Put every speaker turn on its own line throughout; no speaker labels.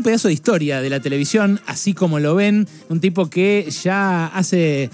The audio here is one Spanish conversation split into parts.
Un pedazo de historia de la televisión, así como lo ven, un tipo que ya hace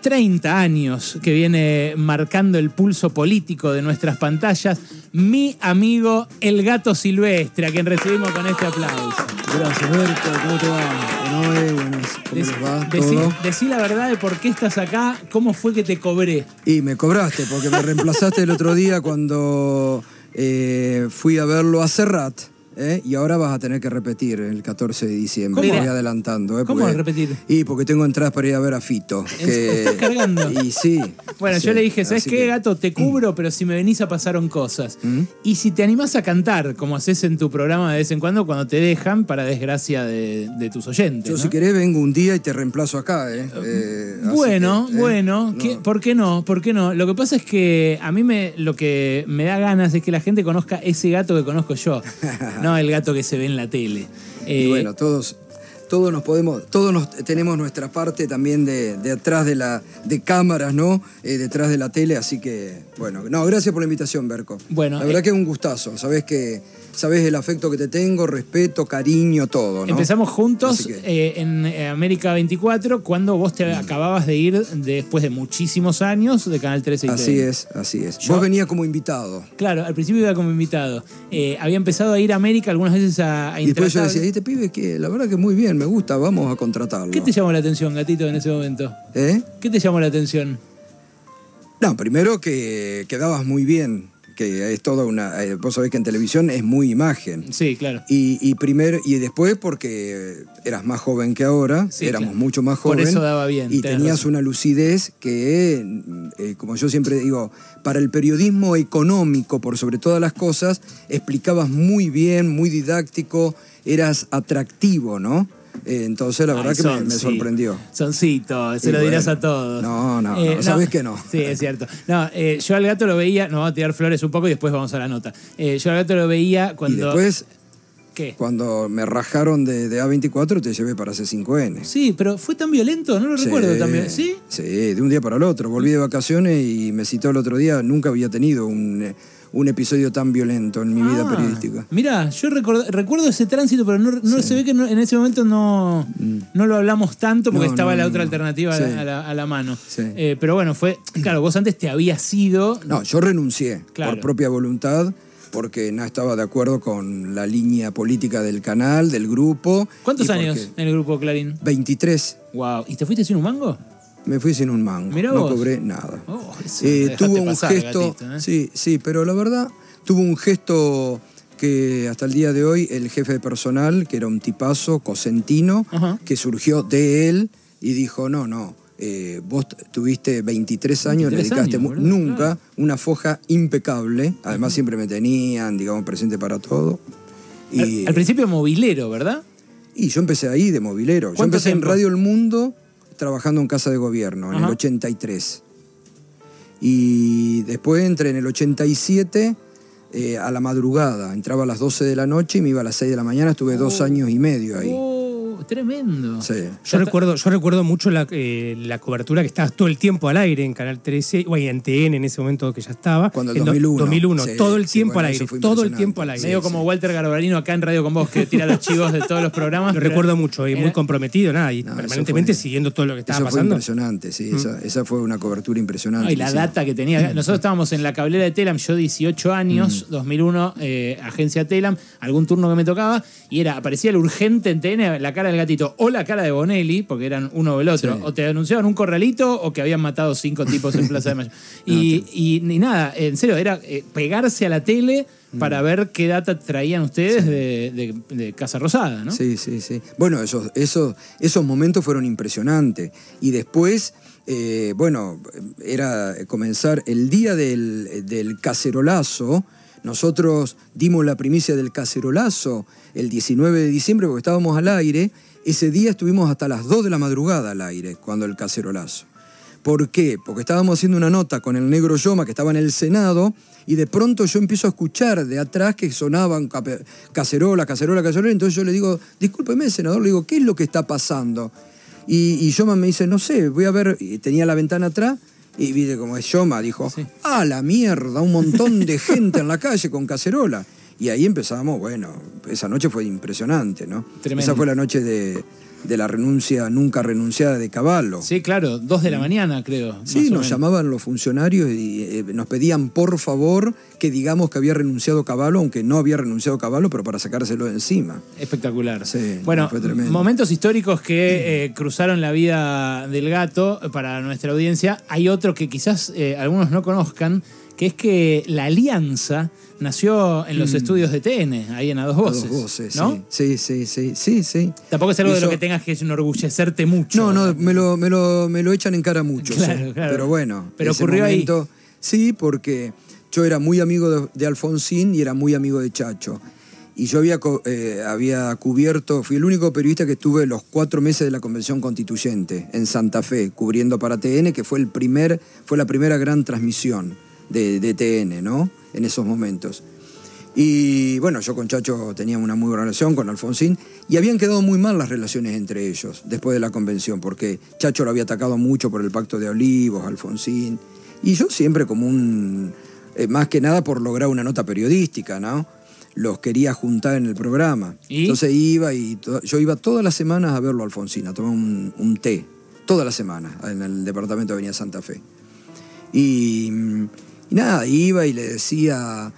30 años que viene marcando el pulso político de nuestras pantallas, mi amigo el gato silvestre, a quien recibimos con este aplauso.
Gracias, Berto. ¿Cómo te va? Noé, buenas. ¿Cómo
Dec-
les va?
decí-
¿Todo?
decí la verdad de por qué estás acá, cómo fue que te cobré.
Y me cobraste porque me reemplazaste el otro día cuando eh, fui a verlo a Serrat. ¿eh? Y ahora vas a tener que repetir el 14 de diciembre.
¿Cómo?
Voy adelantando. ¿eh?
¿Cómo
Porque-
repetir?
Y porque tengo entradas para ir a ver a Fito. que-
estás cargando?
Y sí.
Bueno,
sí.
yo le dije, ¿sabes
Así
qué,
que- Mm.
gato? Te cubro, pero si me venís a pasaron cosas. Y si te animás a cantar, como haces en tu programa de vez en cuando, cuando te dejan, para desgracia de, de tus oyentes.
Yo
¿no?
si querés vengo un día y te reemplazo acá, ¿eh? Eh, así
Bueno,
que, ¿eh?
bueno,
No.
¿qué- ¿por qué no? ¿Por qué no? Lo que pasa es que a mí me, lo que me da ganas es que la gente conozca ese gato que conozco yo, no el gato que se ve en la tele.
Y
Eh,
bueno, todos, todos nos podemos, todos nos, tenemos nuestra parte también de, de atrás de la, de cámaras, ¿no? Eh, detrás de la tele, así que, bueno, no, gracias por la invitación, Berco.
Bueno,
la verdad
eh,
que es un gustazo, sabés que, sabés el afecto que te tengo, respeto, cariño, todo, ¿no?
Empezamos juntos
Así que- Mm.
eh, en eh, América 24 cuando vos te acababas de ir después de muchísimos años de Canal 13 y
Así
TN.
es, así es.
Yo-
Vos venías como invitado.
Claro, al principio iba como invitado. Eh, había empezado a ir a América algunas veces a, a
Y después yo
Intratable.
decía, "Eh, este pibe que la verdad que muy bien, me gusta, vamos a contratarlo.
¿Qué te llamó la atención, gatito, en ese momento?
¿Eh?
¿Qué te llamó la atención?
No, primero que quedabas muy bien, que es toda una. eh, vos sabés que en televisión es muy imagen.
Sí, claro.
Y, y primer- y después porque eras más joven que ahora,
Sí,
éramos
claro.
mucho más
Por
joven.
eso daba bien,
Y
tenés
tenías
razón.
una lucidez que, eh, como yo siempre digo, para el periodismo económico, por sobre todas las cosas, explicabas muy bien, muy didáctico, eras atractivo, ¿no? Eh, entonces la verdad
Ay,
que me,
son,
me
sí.
sorprendió.
Soncito, se
Y
lo dirás
bueno.
a todos. Eh,
No, no, no, sabés que no.
Sí, es cierto. No, eh, yo al gato lo veía, nos vamos a tirar flores un poco y después vamos a la nota. Eh, yo al gato lo veía cuando.
Y después,
¿Qué?
cuando me rajaron de, de A24, te llevé para C5N.
Sí, pero fue tan violento, no lo recuerdo también. ¿Sí?
Sí, de un día para el otro. Volví de vacaciones y me citó el otro día. Nunca había tenido un, eh, un episodio tan violento en mi vida periodística.
Mira, Ah, yo record- recuerdo ese tránsito, pero no, no se ve que no- en ese momento no, no lo hablamos tanto porque
Mm. No,
estaba
no,
la
no,
otra
no.
alternativa a,
Sí.
la, a la- a la mano.
Sí.
Eh, pero bueno, fue. Claro, vos antes te habías sido.
No, yo renuncié
Claro.
por propia voluntad porque no estaba de acuerdo con la línea política del canal, del grupo.
¿Cuántos
y porque-
años en el grupo Clarín?
23.
Wow. ¿Y te fuiste sin un mango?
Me fui sin un mango.
Mirá
no
vos.
cobré nada.
Oh, eso
Eh,
no la
tuvo
dejaste
un
pasar,
gesto.
gatito, ¿eh?
Sí, sí, pero la verdad, tuvo un gesto que hasta el día de hoy el jefe de personal, que era un tipazo cosentino,
Ajá.
que surgió de él y dijo: No, no. eh, vos t- tuviste 23 años, le
23
dedicaste
años,
mu-
boludo,
nunca
claro.
una foja impecable. Además, siempre me tenían, digamos, presente para todo. Y,
Al, al principio movilero, ¿verdad?
y yo empecé ahí de movilero. Yo
¿Cuánto
empecé
tiempo?
en Radio El Mundo trabajando en Casa de Gobierno, en
Ajá.
el 83. Y después entré en el 87 eh, a la madrugada. Entraba a las 12 de la noche y me iba a las 6 de la mañana. Estuve
Uh.
dos años y medio ahí.
Oh, tremendo.
Sí.
Yo recuerdo, yo recuerdo mucho la, eh, la cobertura que estabas todo el tiempo al aire en Canal 13, o ahí en TN en ese momento que ya estaba.
Cuando el
en do-
2001. Sí,
todo el
sí,
tiempo
bueno,
al
eso
aire,
fue
todo el
impresionante.
tiempo al aire.
Medio como Walter Garbarino acá en Radio con Vos, que tira los chivos de todos los programas.
Lo
pero-
recuerdo mucho, y muy
Era-
comprometido, nada, y
No, eso
permanentemente
fue-
siguiendo todo lo que estaba
Eso fue
pasando.
impresionante, sí. Esa, esa fue una cobertura impresionante.
Mm. No, y la
Ah, Sí. Mm.
data que tenía. Nosotros estábamos en la cablera de Telam, yo 18 años, 2001, eh, agencia Telam, algún turno que me tocaba, y era, aparecía el urgente en TN, la cara del gatito o la cara de Bonelli, porque eran uno o el otro.
Sí.
O te anunciaban un corralito o que habían matado cinco tipos en Plaza de Mayo. Y, y ni nada, en serio, era eh, pegarse a la tele
Mm.
para ver qué data traían ustedes de, de- de Casa Rosada, ¿no?
Sí, sí, sí. Bueno, esos, esos, esos momentos fueron impresionantes. Y después, eh, bueno, era comenzar el día del, del cacerolazo. Nosotros dimos la primicia del cacerolazo el 19 de diciembre porque estábamos al aire. Ese día estuvimos hasta las 2 de la madrugada al aire cuando el cacerolazo. ¿Por qué? Porque estábamos haciendo una nota con el negro Yoma que estaba en el Senado y de pronto yo empiezo a escuchar de atrás que sonaban cape- cacerola, cacerola, cacerola. Entonces yo le digo, discúlpeme, senador, le digo, ¿qué es lo que está pasando? Y, y Yoma me dice, no sé, voy a ver, y tenía la ventana atrás. Y viste como es Yoma, dijo, a la mierda, un montón de gente en la calle con cacerola. Y ahí empezamos, bueno, esa noche fue impresionante, ¿no?
Tremendo.
Esa fue la noche de, de la renuncia, nunca renunciada de Caballo.
Sí, claro, dos de la mañana, creo.
Mm. Sí,
más o
nos
menos.
llamaban los funcionarios y eh, nos pedían por favor que digamos que había renunciado Caballo, aunque no había renunciado Caballo, pero para sacárselo de encima.
Espectacular.
Sí,
bueno,
fue tremendo.
momentos históricos que eh, cruzaron la vida del gato eh, para nuestra audiencia. Hay otro que quizás eh, algunos no conozcan, que es que la Alianza nació en los estudios de TN, ahí en A Dos
Mm. A
Voces.
dos voces,
¿no?
sí, sí, sí, sí, sí, sí.
Tampoco es algo de
Hizo-
lo que tengas que enorgullecerte mucho.
No, no, me lo, me lo, me lo echan en cara mucho. sí.
Claro, claro.
Pero bueno,
Pero
ese
ocurrió ahí.
momento- Sí, porque yo era muy amigo de, de Alfonsín y era muy amigo de Chacho. Y yo había, co- eh, había cubierto, fui el único periodista que estuve los cuatro meses de la Convención Constituyente en Santa Fe, cubriendo para TN, que fue, el primer, fue la primera gran transmisión de, de TN, ¿no? En esos momentos. Y bueno, yo con Chacho tenía una muy buena relación, con Alfonsín, y habían quedado muy mal las relaciones entre ellos después de la convención, porque Chacho lo había atacado mucho por el pacto de olivos, Alfonsín, y yo siempre como un, eh, más que nada por lograr una nota periodística, ¿no? Los quería juntar en el programa.
¿Y?
Entonces iba y to- yo iba todas las semanas a verlo a Alfonsín, a tomar un, un té, todas las semanas, en el departamento de Avenida Santa Fe. Y, y nada, iba y le decía,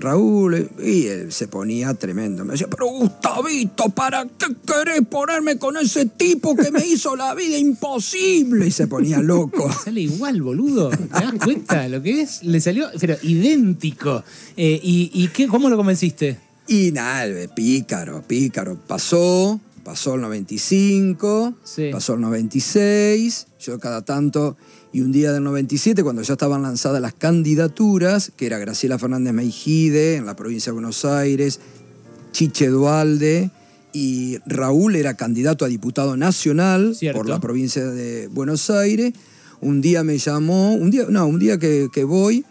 Raúl, y él se ponía tremendo. Me decía, pero Gustavito, ¿para qué querés ponerme con ese tipo que me hizo la vida imposible? Y se ponía loco.
Sale igual, boludo. ¿Te das cuenta? Lo que es, le salió, pero idéntico. Eh, ¿Y, y qué, cómo lo convenciste?
Y nada, el pícaro, pícaro. Pasó, pasó el 95,
Sí.
pasó el 96, yo cada tanto, y un día del 97, cuando ya estaban lanzadas las candidaturas, que era Graciela Fernández Meijide en la provincia de Buenos Aires, Chiche Dualde, y Raúl era candidato a diputado nacional
Cierto.
por la provincia de Buenos Aires. Un día me llamó, un día, no, un día que, que voy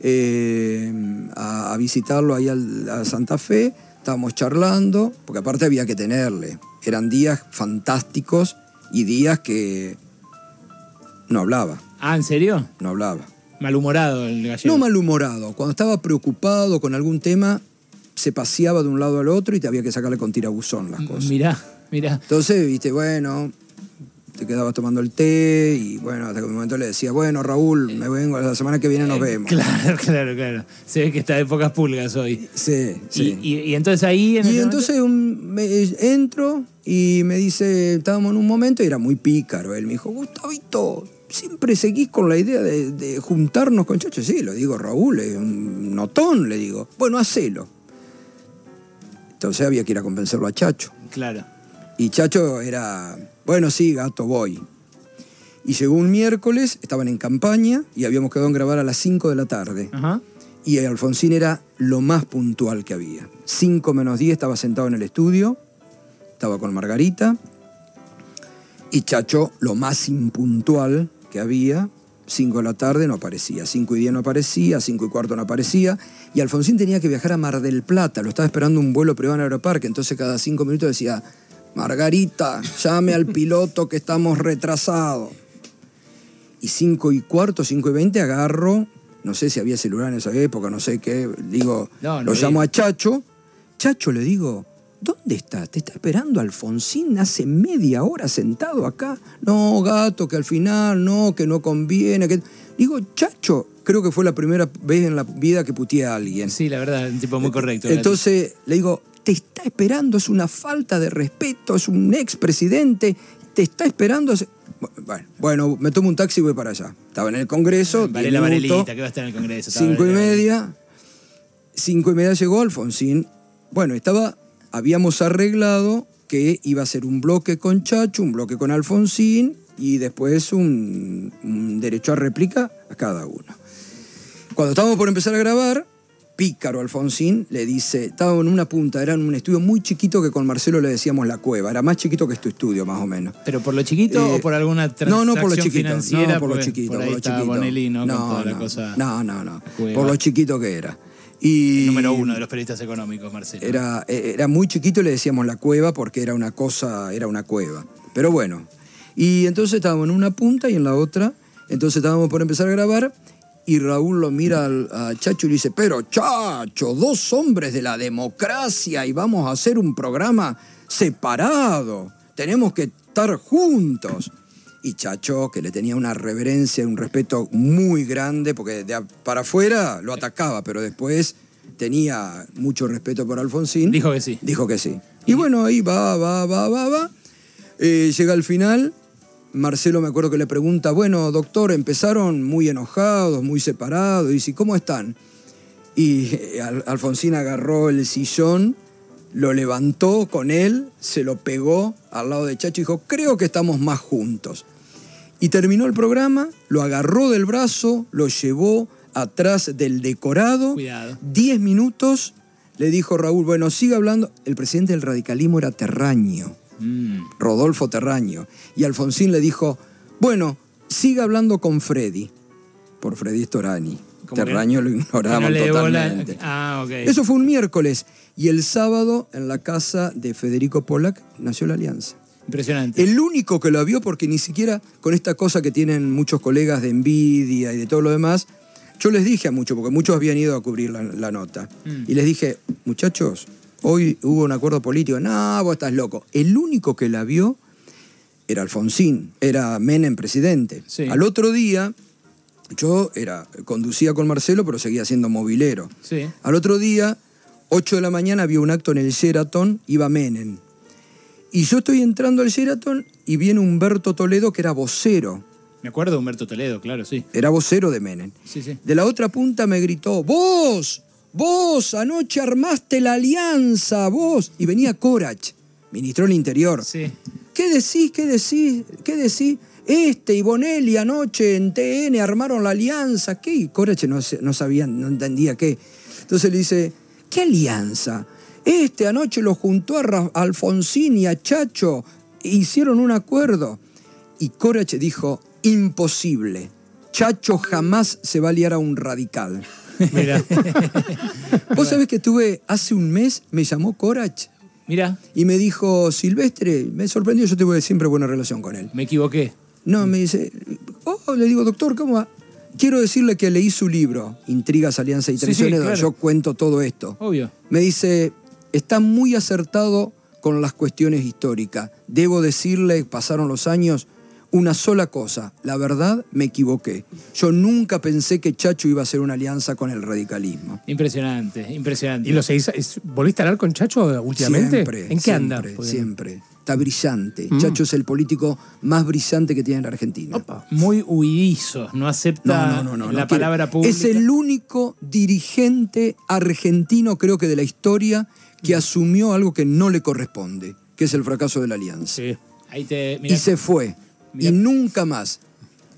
eh, a, a visitarlo ahí al- a Santa Fe, estábamos charlando, porque aparte había que tenerle. Eran días fantásticos y días que no hablaba,
Ah, ¿en serio?
no hablaba.
Malhumorado el gallego.
No malhumorado, cuando estaba preocupado con algún tema, se paseaba de un lado al otro y te había que sacarle con tirabuzón
Mm,
las cosas.
Mirá, mirá.
Entonces, viste, bueno, te quedabas tomando el té y bueno, hasta que un momento le decía, bueno, Raúl, me vengo, la semana que viene
Eh,
nos vemos.
Claro, claro, claro. Se ve que está de pocas pulgas hoy.
Sí, sí.
Y, y- y entonces ahí en
Y
ese
entonces un- me- eh, entro y me dice, estábamos en un momento y era muy pícaro. Él me dijo, Gustavito, siempre seguís con la idea de, de juntarnos con Chacho. Sí, lo digo, Raúl, es un notón, le digo. Bueno, hacelo. Entonces había que ir a convencerlo a Chacho.
momento- claro.
Y Chacho era, bueno, sí, gato, voy. Y llegó un miércoles, estaban en campaña y habíamos quedado en grabar a las 5 de la tarde.
Ajá.
Y Alfonsín era lo más puntual que había. 5 menos 10 estaba sentado en el estudio, estaba con Margarita. Y Chacho, lo más impuntual que había, 5 de la tarde no aparecía, 5 y 10 no aparecía, 5 y cuarto no aparecía. Y Alfonsín tenía que viajar a Mar del Plata, lo estaba esperando un vuelo privado en Aeroparque, entonces cada 5 minutos decía, Margarita, llame al piloto que estamos retrasados. Y 5 y cuarto, 5 y 20 agarro, no sé si había celular en esa época, no sé qué, digo,
No, no
lo
había.
llamo a Chacho. Chacho le digo, ¿dónde estás? Te está esperando Alfonsín hace media hora sentado acá. No, gato, que al final no, que no conviene. Que... Digo, Chacho, creo que fue la primera vez en la vida que puteé a alguien.
Sí, la verdad, un tipo muy correcto.
Eh, Entonces le digo, te está esperando, es una falta de respeto, es un expresidente, te está esperando. hace-". Bueno, bueno, me tomo un taxi y voy para allá. Estaba en el Congreso,
Vale
diez
la
minutos,
varelita que va a estar en el Congreso. está,
cinco y
Varela.
media. Cinco y media llegó Alfonsín. Bueno, estaba, habíamos arreglado que iba a ser un bloque con Chacho, un bloque con Alfonsín y después un, un derecho a réplica a cada uno. Cuando estábamos por empezar a grabar, Pícaro Alfonsín le dice, estábamos en una punta, era en un estudio muy chiquito que con Marcelo le decíamos la cueva, era más chiquito que este estudio más o menos.
¿Pero por lo chiquito
Eh,
o por alguna
No,
transacción
no por lo chiquito.
financiera?
no, por lo
Porque
chiquito.
Por ahí
por lo
estaba
chiquito.
Bonelli, ¿no? Con toda la
no,
cosa.
no, no, no.
Cueva.
Por lo chiquito que era. Y
Número uno de los periodistas económicos, Marcelo.
Era, eh, era muy chiquito y le decíamos la cueva porque era una cosa, era una cueva. Pero bueno. Y entonces estábamos en una punta y en la otra. Entonces estábamos por empezar a grabar y Raúl lo mira al, a Chacho y le dice, pero Chacho, dos hombres de la democracia y vamos a hacer un programa separado, tenemos que estar juntos. Y Chacho, que le tenía una reverencia y un respeto muy grande, porque de a- para afuera lo atacaba, pero después tenía mucho respeto por Alfonsín.
Dijo que sí.
Dijo que sí. Y bueno, ahí va, va, va, va, va. Eh, llega al final. Marcelo me acuerdo que le pregunta, bueno, doctor, empezaron muy enojados, muy separados. Y dice, ¿cómo están? Y eh, Al- Alfonsín agarró el sillón, lo levantó con él, se lo pegó al lado de Chacho y dijo, creo que estamos más juntos. Y terminó el programa, lo agarró del brazo, lo llevó atrás del decorado.
Cuidado.
Diez minutos le dijo Raúl, bueno, siga hablando. El presidente del radicalismo era Terraño,
Mm.
Rodolfo Terraño. Y Alfonsín le dijo, bueno, siga hablando con Freddy, por Freddy Storani.
Como que-
Terraño lo ignoraba
No le dio bola.
totalmente.
Ah, ok.
Eso fue un miércoles. Y el sábado, en la casa de Federico Pollack, nació la alianza.
Impresionante.
El único que la vio, porque ni siquiera con esta cosa que tienen muchos colegas de envidia y de todo lo demás, yo les dije a muchos, porque muchos habían ido a cubrir la, la nota, y les dije, muchachos, hoy hubo un acuerdo político, no, vos estás loco. El único que la vio era Alfonsín, era Menem presidente.
Sí.
Al otro día, yo era, conducía con Marcelo, pero seguía siendo movilero.
Sí.
Al otro día, 8 de la mañana, había un acto en el Sheraton, iba Menem. Y yo estoy entrando al Sheraton y viene Humberto Toledo, que era vocero.
Me acuerdo de Humberto Toledo, claro, sí.
Era vocero de Menem.
Sí, sí.
De la otra punta me gritó, vos, vos, anoche armaste la alianza, vos. Y venía Corach, ministro del Interior.
Sí.
¿Qué decís? ¿Qué decís? ¿Qué decís? Este y Bonelli anoche en TN armaron la alianza. ¿Qué? Y Corache no, se- no sabía, no entendía qué. Entonces le dice, ¿qué alianza? Este anoche lo juntó a Ra- a Alfonsín y a Chacho. e hicieron un acuerdo. Y Corache dijo, imposible. Chacho jamás se va a liar a un radical.
Mira,
Vos sabés que tuve, hace un mes me llamó Corache
Mira,
y me dijo, Silvestre, me sorprendió, yo tuve siempre buena relación con él.
me equivoqué.
No, me dice, oh, le digo, doctor, ¿cómo va? Quiero decirle que leí su libro, Intrigas, Alianzas
Sí,
y
sí,
Traiciones, donde
claro.
yo cuento todo esto.
Obvio.
Me dice, está muy acertado con las cuestiones históricas. Debo decirle, pasaron los años, una sola cosa. La verdad, me equivoqué. Yo nunca pensé que Chacho iba a hacer una alianza con el radicalismo.
Impresionante, impresionante.
¿y lo seguís? es- ¿Volviste a hablar con Chacho últimamente?
Siempre,
¿En qué
siempre,
anda? Porque- Mm.
Siempre. Está brillante. Chacho es el político más brillante que tiene en la Argentina.
Muy huidizos, no acepta
No, no, no, no,
la
no quiere.
palabra pública.
Es el único dirigente argentino, creo que de la historia, que
Mm.
asumió algo que no le corresponde, que es el fracaso de la alianza.
Sí.
Ahí te. mirá.
y se fue.
Mirá.
Y nunca más.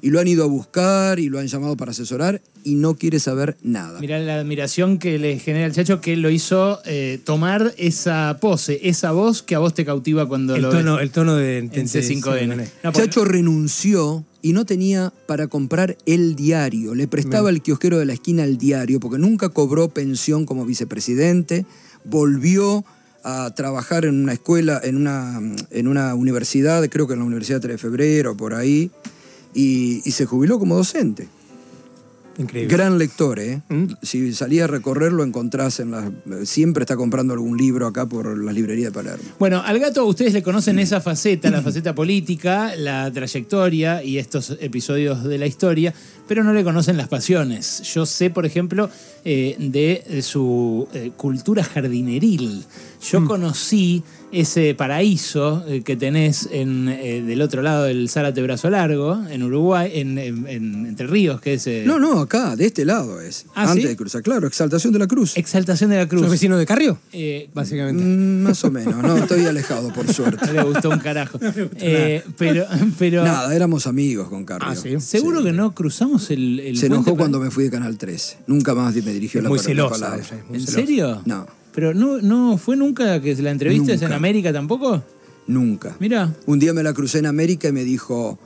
Y lo han ido a buscar y lo han llamado para asesorar y no quiere saber nada.
Mirá la admiración que le genera el chacho que lo hizo eh, tomar esa pose, esa voz que a vos te cautiva cuando
El
lo
tono,
ves
el tono de...
en C5N. No, porque-
Chacho renunció y no tenía para comprar el diario. Le prestaba el kiosquero de la esquina el diario porque nunca cobró pensión como vicepresidente. Volvió a trabajar en una escuela, en una, en una universidad, creo que en la Universidad 3 de Febrero, por ahí, y, y se jubiló como docente.
Increíble.
Gran lector, ¿eh?
Mm.
Si salía a recorrer, lo encontrás en las... Siempre está comprando algún libro acá por la librería de Palermo.
Bueno, al gato ustedes le conocen esa faceta, la faceta política, la trayectoria y estos episodios de la historia, pero no le conocen las pasiones. Yo sé, por ejemplo, eh, de eh, su eh, cultura jardineril. Yo conocí ese paraíso eh, que tenés en, eh, del otro lado del Zárate Brazo Largo, en Uruguay, en, en- en Entre Ríos, que es... eh,
No, no, acá, de este lado es.
Ah,
Antes
¿sí?
de cruzar, claro, Exaltación de la Cruz.
Exaltación de la Cruz.
¿Sos vecino de Carrio?
Eh,
Básicamente.
Mm, más o menos, no, estoy alejado, por
no
suerte.
le gustó un carajo. Eh, pero, pero
Nada, éramos amigos con Carlos.
Ah, ¿sí?
Seguro que no cruzamos el, el
Se
puente
enojó
para-
cuando me fui de Canal 13. Nunca más me dirigió
Es
la
muy
par-
celosa.
palabra.
ella, es muy
¿En
celosa.
serio?
No.
¿Pero no, no fue nunca que la entrevistas en
Nunca.
América tampoco?
Nunca.
Mira,
Un día me la crucé en América y me dijo,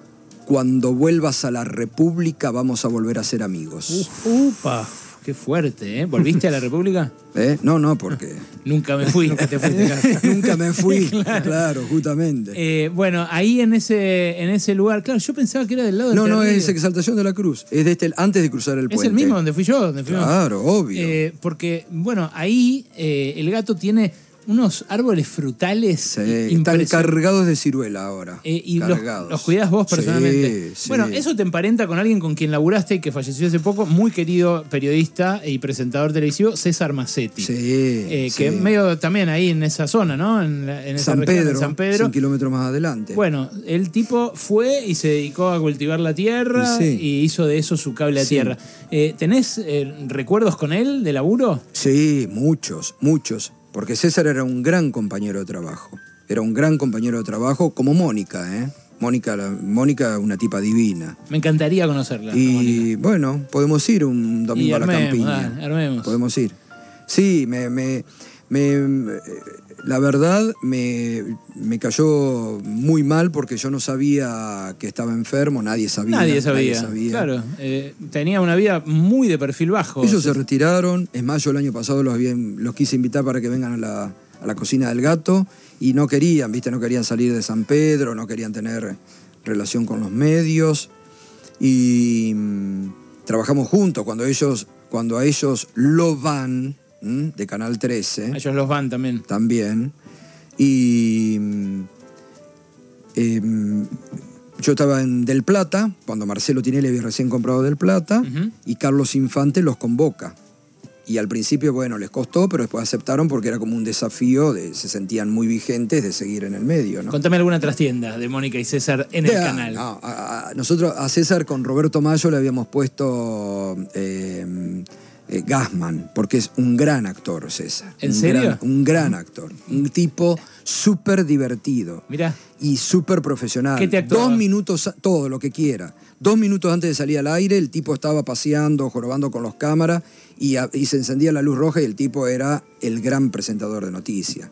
cuando vuelvas a la República vamos a volver a ser amigos.
Upa.
Qué fuerte, ¿eh? ¿Volviste a la República?
¿Eh? No, no, porque
Nunca me fui. Nunca te fuiste, claro.
nunca me fui, claro, justamente.
Eh, bueno, ahí en ese, en ese lugar, claro, yo pensaba que era del lado del
No, no,
Terrible.
es Exaltación de la Cruz. Es de este, antes de cruzar el
Es
puente.
el mismo donde fui yo, donde fuimos.
Claro, obvio.
Eh, porque, bueno, ahí eh, el gato tiene unos árboles frutales
Sí, están
impresionantes.
cargados de ciruela ahora.
Eh, y los,
cargados.
los cuidás vos
Sí,
personalmente.
sí.
Bueno, eso te emparenta con alguien con quien laburaste y que falleció hace poco, muy querido periodista y presentador televisivo, César Massetti.
Sí,
Eh,
sí.
que medio también ahí en esa zona, ¿no? En, la- en esa
San
región, en
Pedro,
San Pedro.
100 kilómetros más adelante.
Bueno, el tipo fue y se dedicó a cultivar la tierra
Sí.
y hizo de eso su cable a
Sí.
tierra. Eh, ¿Tenés eh, recuerdos con él de laburo?
Sí, muchos, muchos. Porque César era un gran compañero de trabajo. Era un gran compañero de trabajo, como Mónica, ¿eh? Mónica, la- Mónica una tipa divina.
Me encantaría conocerla. Mónica.
Y bueno, podemos ir un domingo
Y
a la
armemos,
campiña.
dale, armemos.
Podemos ir. Sí, me, me- me- la verdad me, me cayó muy mal porque yo no sabía que estaba enfermo, nadie sabía.
Nadie, sabía. Claro, eh, tenía una vida muy de perfil bajo.
Ellos se retiraron, es más, yo el año pasado los, había- los quise invitar para que vengan a la, a la cocina del gato y no querían, ¿viste? No querían salir de San Pedro, no querían tener relación con los medios y mm, trabajamos juntos cuando, ellos, cuando a ellos lo van ¿m? de Canal 13
A Ellos los van también.
también. Y mm, em, yo estaba en Del Plata, cuando Marcelo Tinelli había recién comprado Del Plata,
Ujú.
y Carlos Infante los convoca. Y al principio, bueno, les costó, pero después aceptaron porque era como un desafío, de, se sentían muy vigentes de seguir en el medio, ¿no?
Contame alguna trastienda de Mónica y César en el
Ah,
canal.
no, a- a- nosotros a César con Roberto Mayo le habíamos puesto eh, eh, Gasman, porque es un gran actor César.
¿En
Un
serio?
gran- un gran actor. Un tipo súper divertido
Mirá,
y súper profesional.
¿Qué te actuaba?
Dos minutos, a- todo lo que quiera. Dos minutos antes de salir al aire, el tipo estaba paseando, jorobando con los cámaras y, a- y se encendía la luz roja y el tipo era el gran presentador de noticias.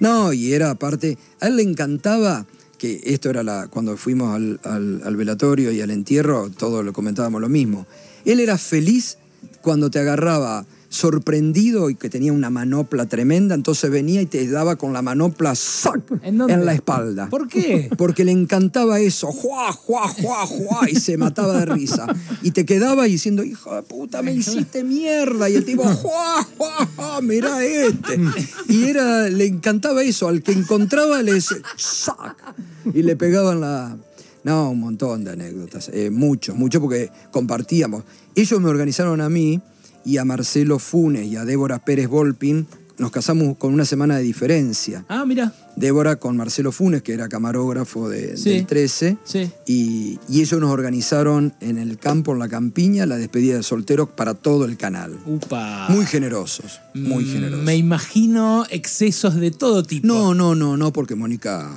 No, y era aparte, a él le encantaba que esto era la, cuando fuimos al, al- al velatorio y al entierro, todos lo comentábamos lo mismo. Él era feliz cuando te agarraba sorprendido y que tenía una manopla tremenda, entonces venía y te daba con la manopla ¡zac!
¿En dónde?
la espalda.
¿por qué?
Porque le encantaba eso, juá, juá, juá, juá, y se mataba de risa. Y te quedaba diciendo, hijo de puta, me hiciste mierda. Y el tipo, juá, juá, juá, mirá este. Y era, le encantaba eso, al que encontraba le decía, "Sac", Y le pegaban la... No, un montón de anécdotas, eh, mucho, mucho, porque compartíamos. Ellos me organizaron a mí y a Marcelo Funes y a Débora Pérez Volpin, nos casamos con una semana de diferencia.
Ah, mirá,
Débora con Marcelo Funes, que era camarógrafo de,
Sí.
del 13,
sí.
y, y ellos nos organizaron en el campo, en la campiña, la despedida de solteros para todo el canal.
Upa.
Muy generosos, muy
Mm,
generosos.
Me imagino excesos de todo tipo. Ah,
No, no, no, no, porque Mónica,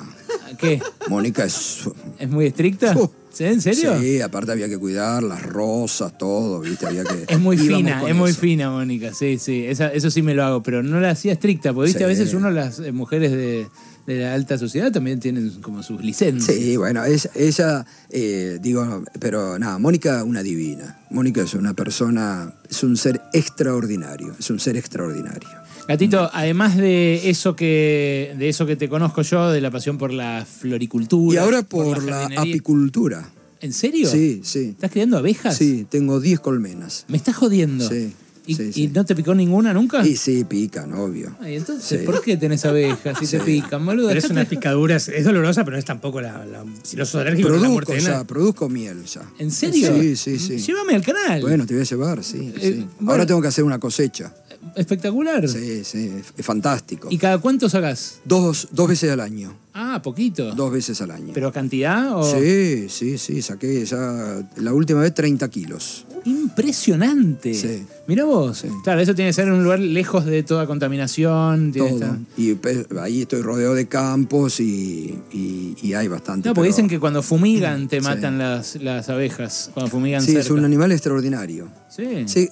¿Qué?
Mónica es...
¿Es muy estricta?
Oh.
¿Sí? ¿En serio?
Sí, aparte había que cuidar las rosas, todo, ¿viste? Había que,
Es muy
íbamos
fina,
con
es muy
eso.
fina, Mónica. Sí, sí, esa- eso sí me lo hago, pero no la hacía estricta, porque viste,
Sí.
a veces uno, las eh, mujeres de, de la alta sociedad también tienen como sus licencias.
Sí, bueno, es- ella, eh, digo, pero nada, Mónica una divina. Mónica es una persona, es un ser extraordinario, es un ser extraordinario. Mm.
Gatito, además de eso que de eso que te conozco yo, de la pasión por la floricultura.
Y ahora por, la,
jardinería-
apicultura.
¿En serio?
Sí, sí.
¿Estás criando abejas?
Sí, tengo 10 colmenas.
Me estás jodiendo.
Sí,
¿Y,
sí,
y
sí.
no te picó ninguna nunca?
Y sí, pican, obvio.
Ay, entonces,
Sí.
¿por qué tenés abejas si te
Sí.
pican, boludo?
Pero es
Dejate-
una picadura, es es dolorosa, pero no es tampoco la. la- si no sos alérgico, no es la
Produzco
mortena.
ya, produzco miel ya.
¿En serio?
Sí, sí, sí.
Llévame al canal.
Bueno, te voy a llevar, sí.
Eh,
sí.
bueno.
Ahora tengo que hacer una cosecha.
Espectacular.
Sí, sí, es fantástico.
¿Y cada cuánto sacás?
Dos, dos veces al año.
Ah, poquito.
Dos veces al año.
¿Pero oh. cantidad? O...
Sí, sí, sí, saqué ya la última vez 30 kilos.
Impresionante.
Sí.
Mirá vos. Claro, eso tiene que ser en un lugar lejos de toda contaminación. tiene que
Todo.
estar-
Y pe- ahí estoy rodeado de campos y, y- y hay bastante.
No, porque
pero-
dicen que cuando fumigan te
Sí.
matan las, las abejas. Cuando fumigan
Sí, es
cerca.
un animal extraordinario.
Sí.
Sí,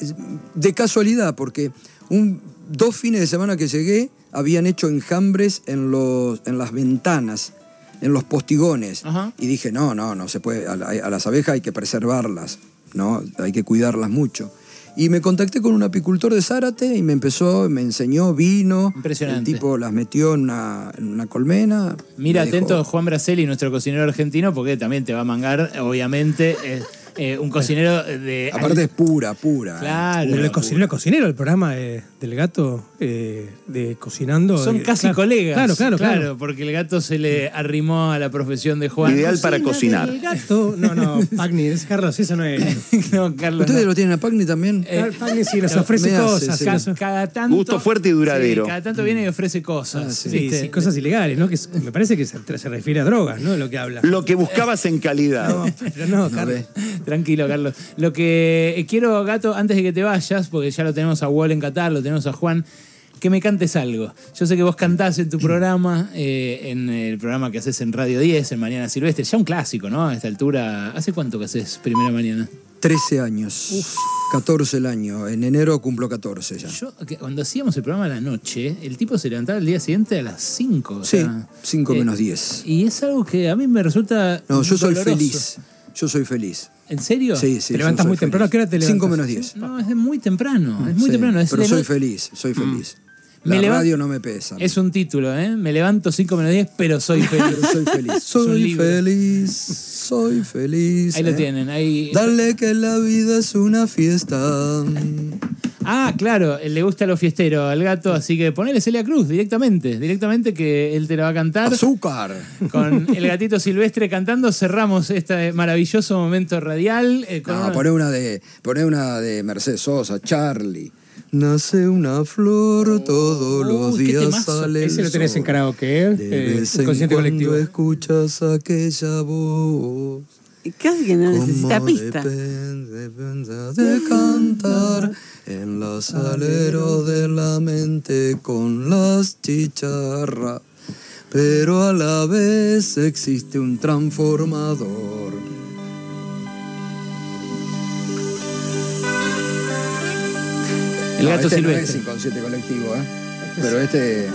de casualidad, porque un, dos fines de semana que llegué habían hecho enjambres en, los, en las ventanas, en los postigones.
Ajá.
Y dije, no, no, no se puede, a, la- a las abejas hay que preservarlas, ¿no? Hay que cuidarlas mucho. Y me contacté con un apicultor de Zárate y me empezó, me enseñó, vino.
Impresionante.
El tipo las metió en una, en una colmena.
Mira
me dejó-
atento Juan Braceli, nuestro cocinero argentino, porque también te va a mangar, obviamente, eh, eh, un cocinero de...
Aparte es pura, pura. ¿eh?
Claro.
Pero el cocinero, el cocinero, el programa de- del gato eh, de cocinando.
Son
eh,
casi
claro.
colegas.
Claro, claro, claro.
porque el gato se le arrimó a la profesión de Juan.
Ideal para
Cocina
cocinar.
del gato. No, no, Pagni, es Carlos, eso no es.
no, Carlos.
¿Ustedes
no.
lo tienen a Pagni también?
Eh,
Pagni sí nos ofrece
me hace,
cosas.
sí.
Ca-
cosas.
Cada, tanto.
Gusto fuerte y duradero.
Sí, cada tanto viene y ofrece cosas.
Ah, Sí,
¿viste?
sí, cosas ilegales, ¿no? Que es- me parece que se, se refiere a drogas, ¿no? Lo que habla.
Lo que buscabas en calidad.
No, pero no, Carlos.
Tranquilo, Carlos. Lo que eh, quiero, gato, antes de que te vayas, porque ya lo tenemos a Wall en Qatar, lo tenemos a Juan, que me cantes algo. Yo sé que vos cantás en tu programa, eh, en el programa que haces en Radio 10, en Mañana Silvestre. Ya un clásico, ¿no? A esta altura. ¿Hace cuánto que haces Primera Mañana?
13 años. 14 el año. En enero cumplo 14 ya.
Yo, que cuando hacíamos el programa a la noche, el tipo se levantaba el día siguiente a las 5. o
Sí,
sea,
5
eh,
menos 10.
Y es algo que a mí me resulta.
No, yo soy
doloroso.
feliz. Yo soy feliz.
¿En serio?
Sí, sí.
¿Te levantas muy temprano? ¿A qué hora te levantas?
5 menos 10.
No, es de muy temprano. Es muy
Sí,
temprano. Es
pero
de
soy
no- Mm.
feliz, soy feliz.
Me
La
levan-
radio no me pesa.
Es un título, ¿eh? Me levanto 5 menos 10, pero soy feliz.
Pero soy feliz. Soy
libro.
feliz, soy feliz.
Ahí lo
¿eh?
tienen. Ahí...
Dale que la vida es una fiesta.
Ah, claro, le gusta lo fiestero al gato, así que ponele Celia Cruz directamente. Directamente que él te la va a cantar.
Azúcar.
Con el gatito silvestre cantando, cerramos este maravilloso momento radial. eh, con
No,
una-
poné una de, poné una de Mercedes Sosa, Charlie. Nace una flor todos los
Uy, qué
días
temazo.
sale el
Ese lo tenés en
sol.
karaoke, ¿eh?
De
Eh,
vez en
inconsciente
cuando
colectivo.
escuchas aquella voz.
Casi que no necesita
Como
pista.
Depende, depende de cantar en los aleros de la mente con las chicharras. Pero a la vez existe un transformador.
El
No,
gato
este no es
silvestre.
inconsciente colectivo, ¿eh? Pero este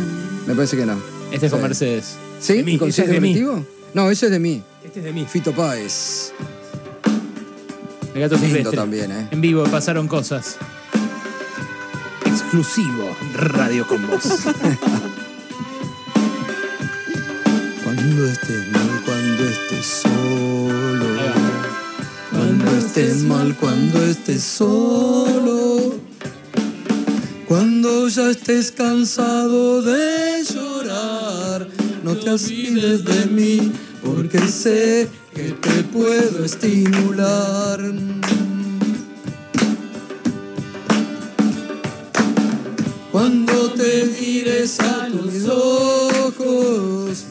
me parece que no.
este es con
Sí.
Mercedes.
¿Sí?
De mí,
¿Inconsciente
ese es de mí.
colectivo? No, ese es de mí.
Este es de mí.
Fito Páez.
El gato
Lindo
silvestre.
también, ¿eh?
En vivo pasaron cosas. Exclusivo Radio con Vos.
Cuando estés mal, cuando estés solo. Cuando estés mal, cuando estés solo. Cuando ya estés cansado de llorar, no te olvides de mí, porque sé que te puedo estimular. Cuando te mires a tus ojos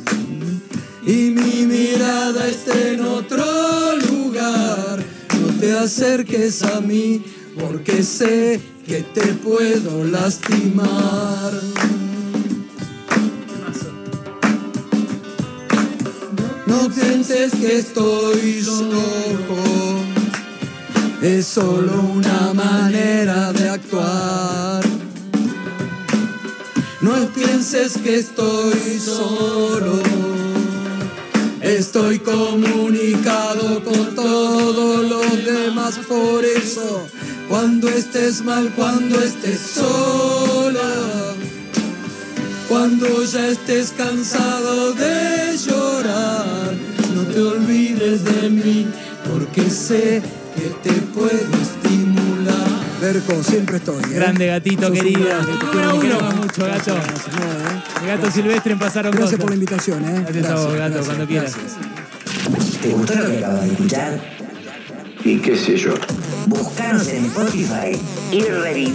y mi mirada esté en otro lugar. No te acerques a mí porque sé que te puedo lastimar. No pienses que estoy loco, es solo una manera de actuar. No pienses que estoy solo. Estoy comunicado con todos los demás, por eso cuando estés mal, cuando estés sola, cuando ya estés cansado de llorar, no te olvides de mí, porque sé que te puedo estimular. Berco, siempre estoy. ¿eh?
Grande gatito querido. Número uno. Mucho gato.
¿eh?
El gato silvestre en pasaron cosas.
invitación. ¿eh?
Gracias a vos, gato, cuando quieras.
¿Te gustó lo este que acabas de escuchar?
y qué sé yo.
Buscanos en Spotify y revivir.